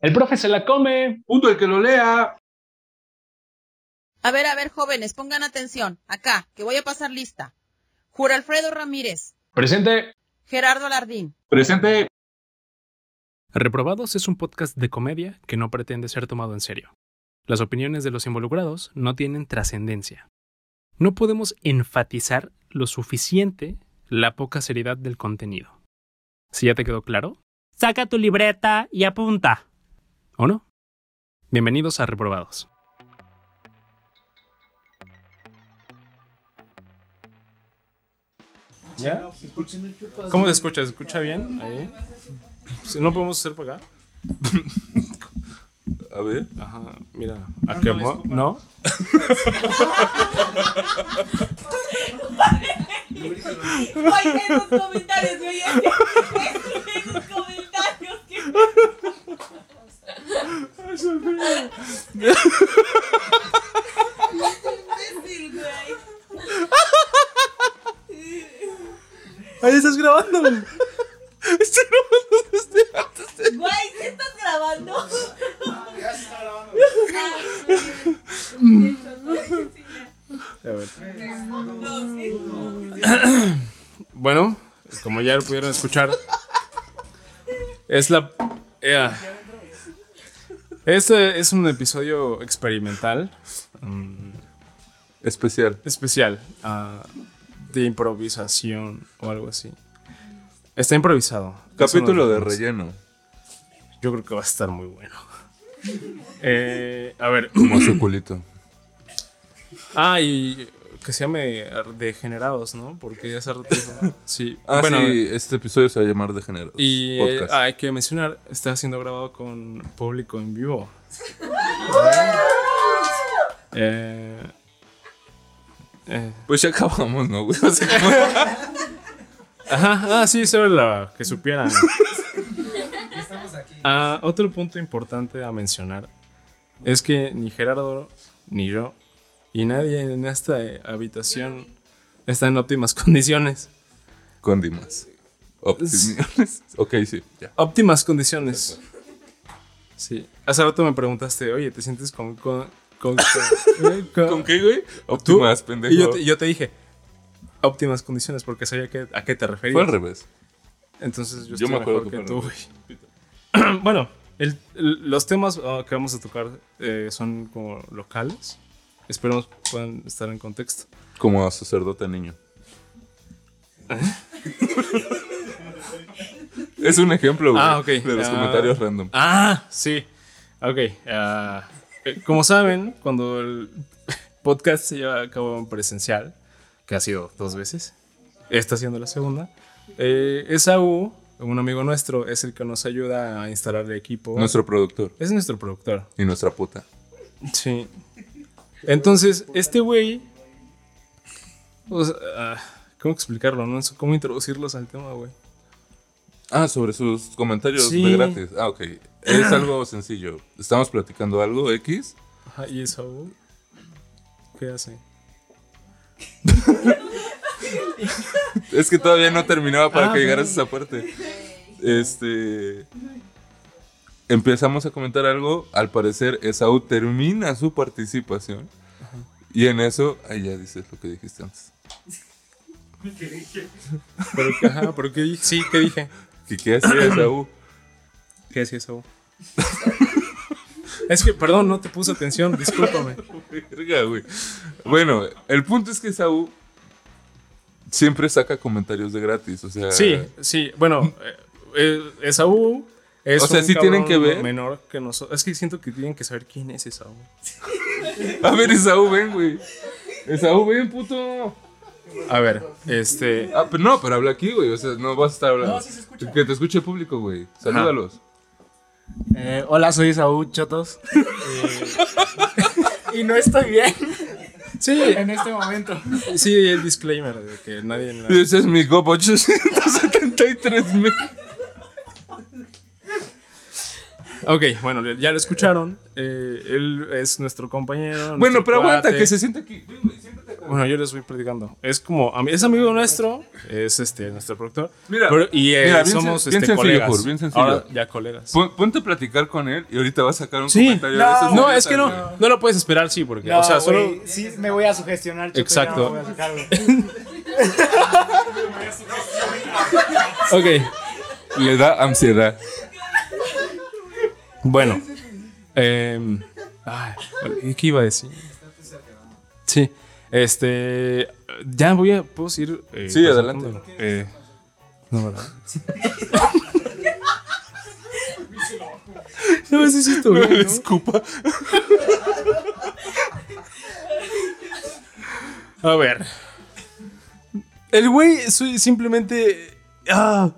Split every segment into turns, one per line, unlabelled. El profe se la come.
Punto el que lo lea.
A ver, a ver, jóvenes, pongan atención. Acá, que voy a pasar lista. Jura Alfredo Ramírez,
Presente.
Gerardo Lardín,
Presente.
Reprobados es un podcast de comedia que no pretende ser tomado en serio. Las opiniones de los involucrados no tienen trascendencia. No podemos enfatizar lo suficiente la poca seriedad del contenido. Si ya te quedó claro, saca tu libreta y apunta. ¿O no? Bienvenidos a Reprobados. ¿Ya? ¿Cómo se escucha? ¿Se escucha bien? Ahí. Si no podemos hacer para acá.
A ver.
Ajá, mira. ¿A qué mo- ¿No?
Ay, esos comentarios, oye. Esos comentarios que imbécil, güey.
Ahí estás grabando.
Güey, ¿qué estás grabando?
Bueno, como ya lo pudieron escuchar, es la. ea. Este es un episodio experimental,
Especial.
especial, ah, de improvisación o algo así. Está improvisado.
Capítulo de
relleno
relleno.
Yo creo que va a estar muy bueno. Eh, a ver.
Como su culito.
Ah, y que se llame Degenerados, ¿no? Porque ya se rato. dijo- Sí.
Ah,
bueno,
sí, este episodio se va a llamar Degenerados.
Y eh,
Podcast.
hay que mencionar, está siendo grabado con público en vivo. Eh, eh,
Pues ya acabamos, ¿no, güey?
Ajá, ah, sí, sobre la que supieran. Ah, otro punto importante a mencionar es que ni Gerardo, ni yo, y nadie en esta eh, habitación está en óptimas condiciones.
Con Dimas. Optimiones. ok, sí, ya.
Óptimas condiciones. Sí. Hace rato me preguntaste, oye, ¿te sientes con... con, con, con-
¿Con qué, güey?
tú?
Optimas, pendejo.
Y yo te, yo te dije, óptimas condiciones, porque sabía que, a qué te referías.
Fue al revés.
Entonces yo,
Yo
estoy
me acuerdo
mejor que
que
tú,
fue
güey. bueno, el- el- los temas ah, que vamos a tocar eh, son como locales. Esperemos puedan estar en contexto.
Como a sacerdote niño. es un ejemplo, güey.
Ah, ok.
De los
Ah,
comentarios random.
Ah, sí. Ok. ah, eh, como saben, cuando el podcast se lleva a cabo en presencial, que ha sido dos veces, esta siendo la segunda, eh, Esaú, un amigo nuestro, es el que nos ayuda a instalar el equipo.
Nuestro productor
Es nuestro productor.
y nuestra puta.
Sí. Entonces, este güey. o sea, ah, ¿Cómo explicarlo? No sé cómo introducirlos al tema, güey.
Ah, sobre sus comentarios
Sí.
de gratis. Ah, ok. Es algo sencillo. Estamos platicando algo X.
Ajá, ¿Y eso? ¿Qué hace?
Es que todavía no terminaba para
Ah,
que
ok.
llegaras a esa parte. Este. Empezamos a comentar algo. Al parecer, Esaú termina su participación. Y en eso, ahí ya dices lo que dijiste antes.
¿Pero, qué- ajá, ¿pero qué dije? Sí, ¿qué dije?
¿Qué, qué hacía Esaú?
¿Qué es eso? es que, perdón, no te puse atención, discúlpame.
Verga, güey. Bueno, el punto es que Esaú siempre saca comentarios de gratis. O sea,
Sí, sí, bueno, eh, eh, Esaú es
O sea,
un
sí tienen
cabrón
que ver.
menor que nosotros. Es que siento que tienen que saber quién es Esaú.
A ver, Esaú, ven, güey. Esaú, ven, puto.
A ver, este...
Ah, pero no, pero habla aquí, güey. O sea, no vas a estar hablando. Que te escuche el público, güey. Salúdalos.
Eh, hola, soy Saúl Chotos. Eh, y no estoy bien
Sí,
en este momento.
sí, el disclaimer de que nadie... en la-
Ese es mi copo 873 mil.
Ok, bueno, ya lo escucharon. eh, él es nuestro compañero.
Bueno,
nuestro
pero aguanta,
cuate.
que se siente aquí. Ven, güey, siéntate acá.
Bueno, yo les voy platicando. Es como, am- es amigo nuestro, es este nuestro productor.
Mira,
pero- y eh,
mira, bien
somos
sen- bien
este,
sencillo,
colegas.
Jur, bien sencillo.
Ahora ya colegas.
Pon- Ponte a platicar con él y ahorita va a sacar un
Sí.
comentario de
No.
esos
No,
idiotas,
es que no, no lo puedes esperar, sí, porque,
No,
o sea, solo.
güey, Sí, me voy a sugestionar. Choco,
Exacto.
ya me voy a sacar, güey.
Ok.
güey. Le da ansiedad.
Bueno. em, ay, vale, ¿Qué iba a decir? Sí. Este. Ya voy a. ¿Puedo seguir? eh,
Sí,
pasando?
adelante.
Eh, no, ¿verdad? No sé si estuvo bien, ¿no?
Escupa.
A ver. El güey soy simplemente. ah,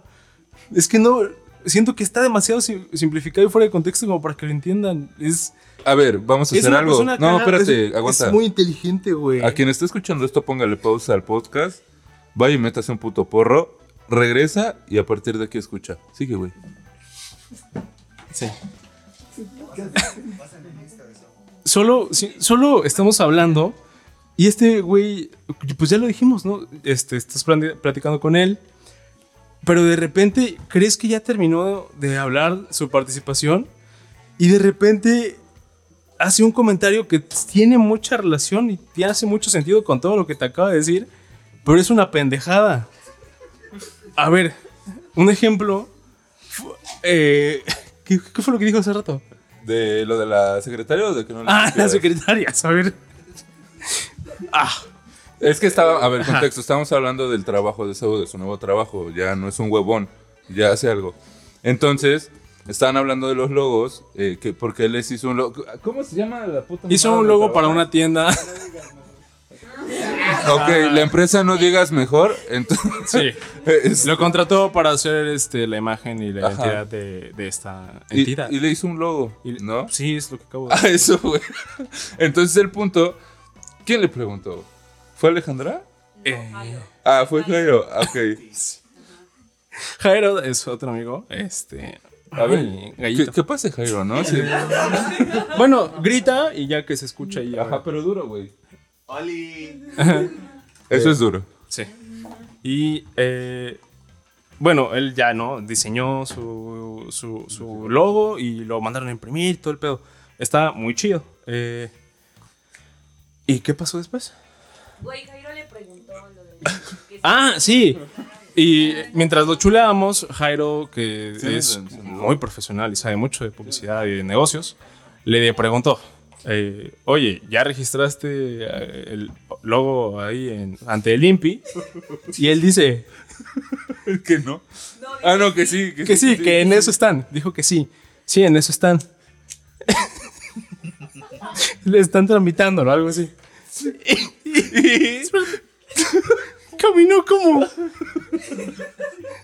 es que no. Siento que está demasiado sim- simplificado y fuera de contexto como para que lo entiendan. Es,
A ver, vamos a
es
hacer
una
algo.
persona
No,
cagada,
espérate,
es-
aguanta.
Es muy inteligente, güey.
A quien esté escuchando esto, póngale pausa al podcast. Vaya y métase un puto porro. Regresa y a partir de aquí escucha. Sigue, güey.
Sí. solo, sí, solo estamos hablando y este güey, pues ya lo dijimos, ¿no? Este, estás plante- platicando con él, pero de repente crees que ya terminó de hablar su participación y de repente hace un comentario que tiene mucha relación y te hace mucho sentido con todo lo que te acaba de decir, pero es una pendejada. A ver, un ejemplo. fu- eh, ¿qué- ¿Qué fue lo que dijo hace rato?
¿De lo de la secretaria o de que no le
Ah,
supieras?
las secretarias, a ver.
Es que estaba, a ver, contexto, estamos hablando del trabajo de Saúl, de su nuevo trabajo, ya no es un huevón, ya hace algo. Entonces, estaban hablando de los logos, eh, que porque él les hizo un logo. ¿Cómo se llama la puta?
Hizo
mamada
un
del
logo para
trabajo? Ah,
una tienda.
Ok, la empresa no digas mejor, entonces.
Sí.
es-
Lo contrató para hacer este, la imagen y la
Ajá.
identidad de, de esta
y,
entidad.
y le hizo un logo,
Y-
¿no?
Sí, es lo que acabo de
A
decir.
eso, güey. Entonces, el punto, ¿quién le preguntó? ¿Fue Alejandra?
Eh,
Ah, fue Jairo, ok.
Jairo es otro amigo. Este.
A ver,
ay,
¿qué,
gallito.
qué pasa, Jairo, no? Sí.
Bueno, grita y ya que se escucha y
Ajá, pero duro, güey.
Oli.
Eso es duro.
Sí. Y eh, bueno, él ya no diseñó su, su, su logo y lo mandaron a imprimir, todo el pedo. Está muy chido. Eh, ¿Y qué pasó después?
Güey, Jairo le preguntó lo de. que
Ah, sí. Y mientras lo chuleábamos, Jairo, que
Sí,
es
sí, sí.
muy profesional y sabe mucho de publicidad y de negocios, le preguntó, eh, oye, ¿ya registraste eh, el logo ahí en, ante el INPI? Y él dice,
que no. Ah, no, que sí.
que sí, que en eso están. Dijo que sí. Sí, en eso están. Le están tramitando o algo así. Caminó como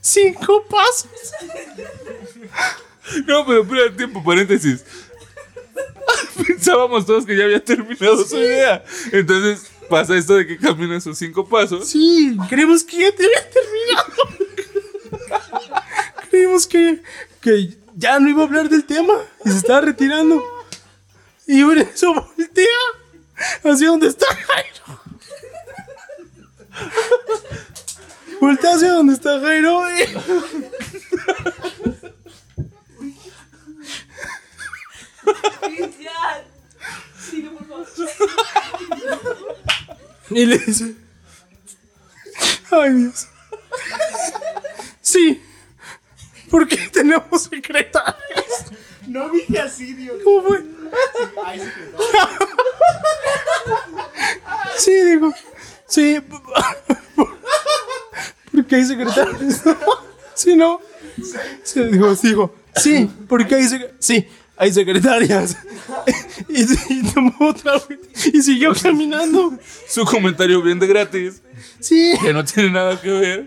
cinco pasos.
No, pero espera, tiempo, paréntesis. Pensábamos todos que ya había terminado su idea. Entonces pasa esto de que camina sus cinco pasos.
Sí, creemos que ya te había terminado. creemos que, que ya no iba a hablar del tema y se estaba retirando. Y en eso voltea hacia donde está Jairo. voltea hacia donde está Jairo. Y...
Ya. Sí, no, por favor.
Y le dice: Ay, Dios. Sí, porque tenemos secretaria.
No dije así, Dios.
¿Cómo fue?
Ay, sí que no.
Sí, digo. Sí. Porque hay secretarios. Sí, no. Sí, digo, digo. Sí, porque hay secretarias. Sí, hay secretarias. Y, y tomó otra güey, y siguió caminando.
Su comentario bien de gratis,
Sí.
que no tiene nada que ver.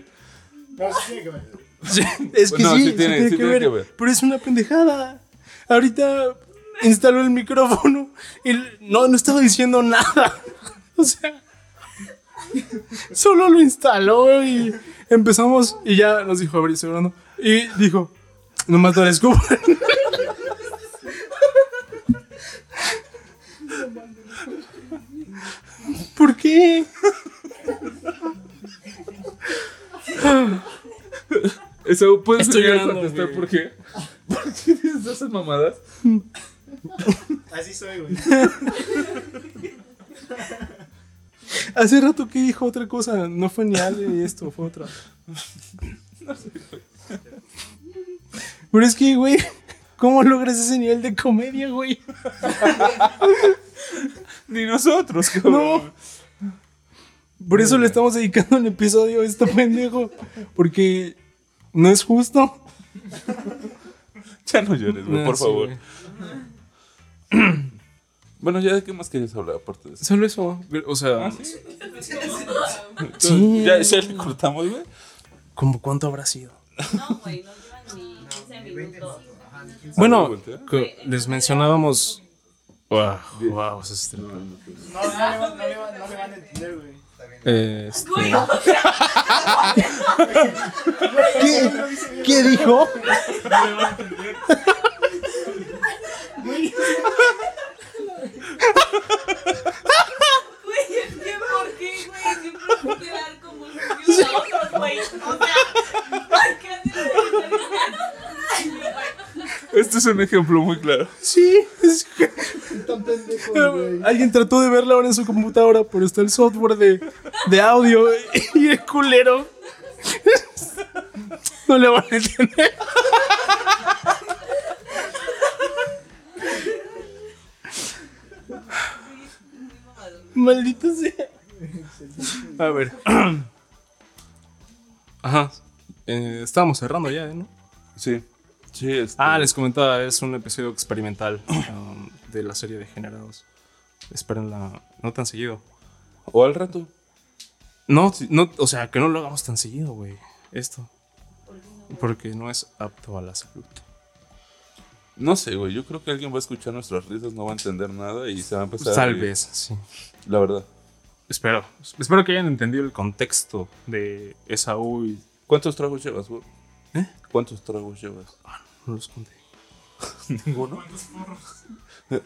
No, sí tiene que ver.
Sí, es que
No,
sí,
sí
sí
tiene-
tiene,
sí
que,
tiene
ver,
que ver.
Pero es una pendejada. Ahorita instaló el micrófono y l- no, no estaba diciendo nada. O sea, solo lo instaló y empezamos y ya nos dijo abrir Sobrano. Y dijo, nomás no la escupan.
¿Por qué?
Eso puedes
Estoy
llegar a
llorando,
contestar
güey.
por qué. ¿Por qué dices esas mamadas?
Así soy, güey.
Hace rato que dijo otra cosa. No fue ni Ale ni esto, fue otra. Pero es que, güey, ¿cómo logras ese nivel de comedia, güey?
Ni nosotros, cabrón.
No. Por eso le estamos dedicando un episodio a este pendejo. Porque no es justo.
Ya no llores, güey,
Ah,
por
sí,
favor.
güey.
Bueno, ya de qué más querías hablar aparte de eso. Ah,
Solo eso. O sea,
Entonces, Ya, ya le cortamos, güey.
¿cómo cuánto habrá sido?
No, güey, no llevan ni 15 minutos.
¿Sabe
Bueno,
voltear?
que les mencionábamos. Wow, wow, se estrenó.
No, no, le van- no, le van- no me van a entender, güey.
Este,
Güey, o sea,
¿Qué?
¿Qué dijo?
güey, es que ¿por qué, güey? Siempre voy a quedar como los otros, güey. O sea, ¿por qué antes de
Este es un ejemplo muy claro.
Sí, es que
Tan pendejo, güey.
alguien trató de verla ahora en su computadora, pero está el software de, de audio y el culero. No le van a entender. Maldito sea. A ver. Ajá. Eh, estábamos cerrando ya, ¿eh? ¿no?
Sí. Sí, este,
Ah, les comentaba, es un episodio experimental um, de la serie de generados. Espérenla, no tan seguido.
O al rato.
No, no, o sea, que no lo hagamos tan seguido, güey. Esto. Porque no es apto a la salud.
No sé, güey. Yo creo que alguien va a escuchar nuestras risas, no va a entender nada y se va a empezar a
Tal
reír.
vez, sí.
La verdad.
Espero. Espero que hayan entendido el contexto de esa U y.
¿Cuántos tragos llevas, güey?
¿Eh? Ah,
¿Cuántos tragos llevas?
No los conté.
Ninguno. Eh.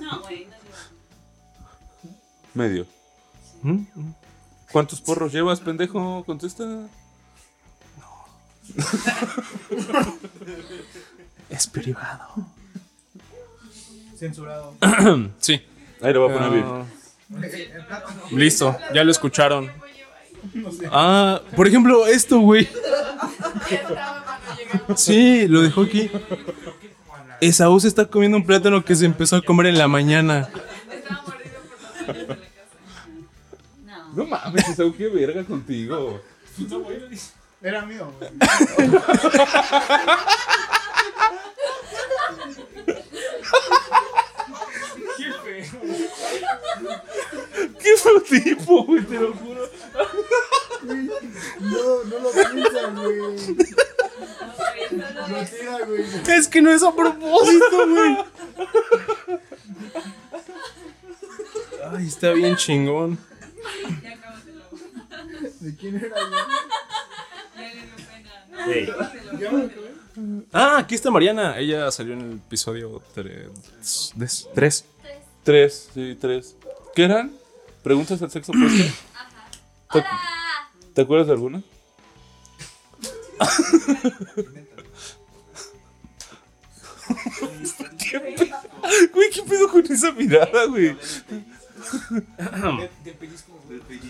No, güey, no llevan.
Medio.
¿Mm? ¿Mm?
¿Cuántos porros llevas, pendejo? Contesta.
Es privado.
Censurado.
Sí.
Ahí lo voy a poner bien.
Ah, Listo, ya lo escucharon. Ah, por ejemplo, esto, güey. Sí, lo dejó aquí. Esaú se está comiendo un plátano que se empezó a comer en la mañana.
Estaba mordido por los dueños de la casa. No.
No mames, Isau, qué verga contigo.
Era mío, güey.
¿Qué fue tipo, güey? Te lo juro.
No, no lo piensan, güey.
No, no,
Lo tira, güey.
Es que no es a propósito, güey. Ay, está bien chingón.
ya acábatelo.
¿De quién era, güey?
Ya le dio pena.
¿Ya me lo acabé?
Ah, aquí está Mariana. Ella salió en el episodio 3.
Tres, sí, tres. ¿Qué eran? ¿Preguntas al sexo opuesto? ¿Te, ¿Te acuerdas de alguna? ¿Qué pedo? Güey, ¿qué pedo con esa mirada, güey?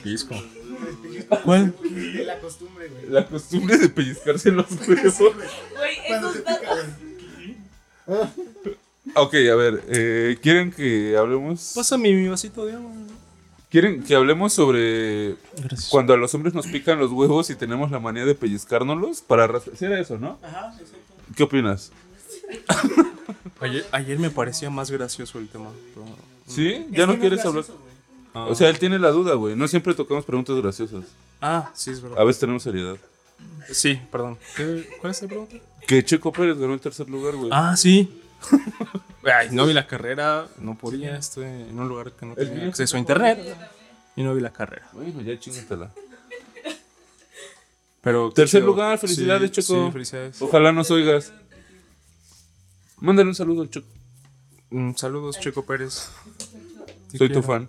Pisco. ¿Cuál?
De la costumbre, güey.
La costumbre de pellizcarse los huevos.
Güey,
Cuando te
esos
pica,
datos.
güey.
Ok, a ver, eh, ¿quieren que hablemos?
Pásame mi vasito de agua.
¿Quieren que hablemos sobre
Gracias.
cuando a los hombres nos pican los huevos y tenemos la manía de pellizcárnoslos para rascar? ¿Sí era eso, no? Ajá, exacto. ¿Qué opinas?
Ayer, ayer me parecía más gracioso el tema. pero-
¿Sí? ¿Ya no quieres hablar?
Ah.
O sea, él tiene la duda, güey. No siempre tocamos preguntas graciosas.
ah, sí, es verdad.
A veces tenemos seriedad.
Sí, perdón. ¿Qué- ¿Cuál es la pregunta?
Que Checo Pérez ganó el tercer lugar, güey.
Ah, sí. Ay, no vi la carrera, no podía. Estoy en un lugar que no tenía
video
acceso a internet. Y no vi la carrera.
Bueno, ya chingatela.
Pero qué
Tercer
chido.
lugar, felicidades,
Sí,
Checo.
Sí, felicidades.
Ojalá nos oigas. Mándale un saludo al Checo.
Mm, saludos, Checo Pérez. Te
Soy tu fan.
quiero.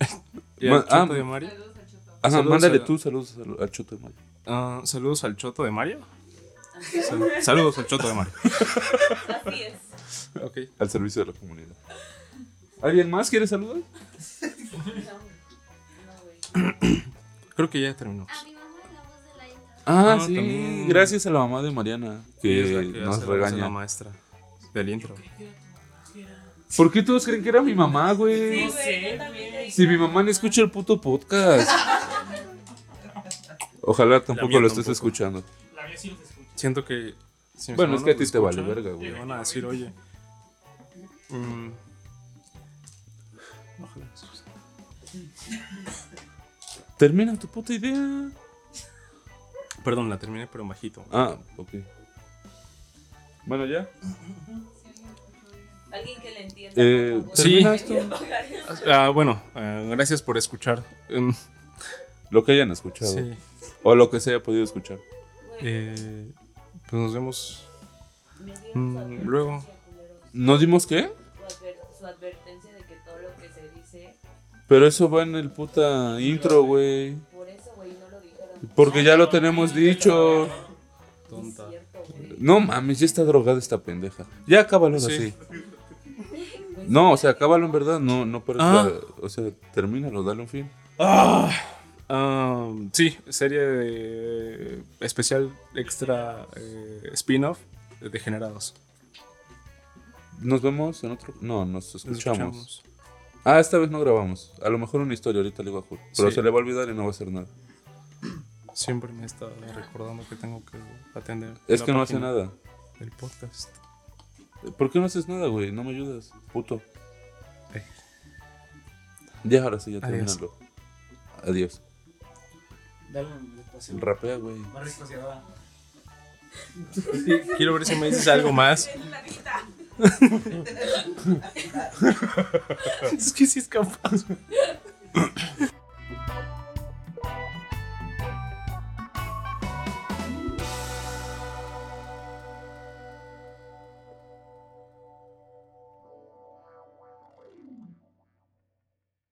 Y al
Ma- ah,
Choto de Mario.
Saludos al Choto.
Ajá,
Saludos
mándale
a-
tú saludos al, al Choto de Mario.
Ah, saludos al Choto de Mario. Sal- saludos al Choto de Mario.
Así es.
Ok.
Al servicio de la comunidad. ¿Alguien más quiere saludar?
Creo que ya terminó.
A mi mamá es la voz de la intro.
Ah,
Ah,
sí.
también.
Gracias a la mamá de Mariana que,
Es la que hace
nos
la voz de La
regaña.
maestra del intro.
¿Por qué todos creen que era mi mamá,
Sí,
güey?
güey, yo también te
Si mi mamá no escucha el puto podcast. Ojalá tampoco
mía
lo estés
tampoco.
escuchando.
La mía sí los escucha.
Siento que. si mis
Bueno, es que a ti
hermanos
te
me
vale
escuchan,
verga, güey.
Me van a decir, oye. mm, ojalá.
Termina tu puta idea.
Perdón, la terminé, pero en bajito.
Ah, ok. Bueno, ya.
Alguien que le entienda.
Eh,
por favor.
sí.
termina esto.
Ah, bueno, ah, gracias por escuchar. Em,
Lo que hayan escuchado.
sí.
O lo que se haya podido escuchar.
Eh, pues nos vemos mm, luego.
¿Nos dimos qué?
Su adver- Su advertencia de que todo lo que se dice,
Pero eso va en el puta intro, güey.
por eso, güey, no lo dijeron.
Porque ya lo tenemos dicho.
Tonta.
No mames, ya está drogada esta pendeja. Ya acábalo
Sí.
así. No, o sea, acábalo en verdad. No, no parece.
Ah.
O sea, termínalo, dale un fin.
Ah, ah, sí, serie de eh, especial extra eh, spin-off de Degenerados.
Nos vemos en otro. No, nos
Nos
escuchamos. Ah, esta vez no grabamos. A lo mejor una historia, ahorita le digo a Jul. Pero
Sí.
se le va a olvidar y no va a hacer nada.
Siempre me está recordando que tengo que atender.
Es
la
que no hace
página
nada.
Del podcast.
¿Por qué no haces nada, güey? No me ayudas, puto.
Eh.
Ya, ahora sí, ya
Adiós.
termínalo. Adiós.
Dale un espacio.
Rapea, güey.
Más espacio. va.
Quiero ver si me dices algo más. es que sí es capaz.